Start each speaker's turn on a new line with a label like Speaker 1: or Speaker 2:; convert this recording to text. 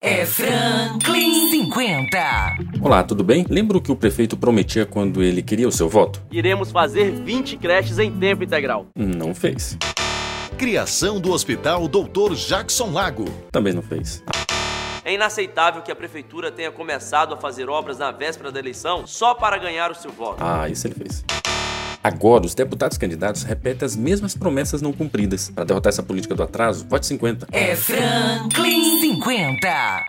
Speaker 1: É Franklin 50.
Speaker 2: Olá, tudo bem? Lembra o que o prefeito prometia quando ele queria o seu voto?
Speaker 3: Iremos fazer 20 creches em tempo integral.
Speaker 2: Não fez.
Speaker 4: Criação do Hospital Dr. Jackson Lago.
Speaker 2: Também não fez.
Speaker 3: É inaceitável que a prefeitura tenha começado a fazer obras na véspera da eleição só para ganhar o seu voto.
Speaker 2: Ah, isso ele fez. Agora, os deputados candidatos repetem as mesmas promessas não cumpridas. Para derrotar essa política do atraso, vote 50.
Speaker 1: É Franklin 50.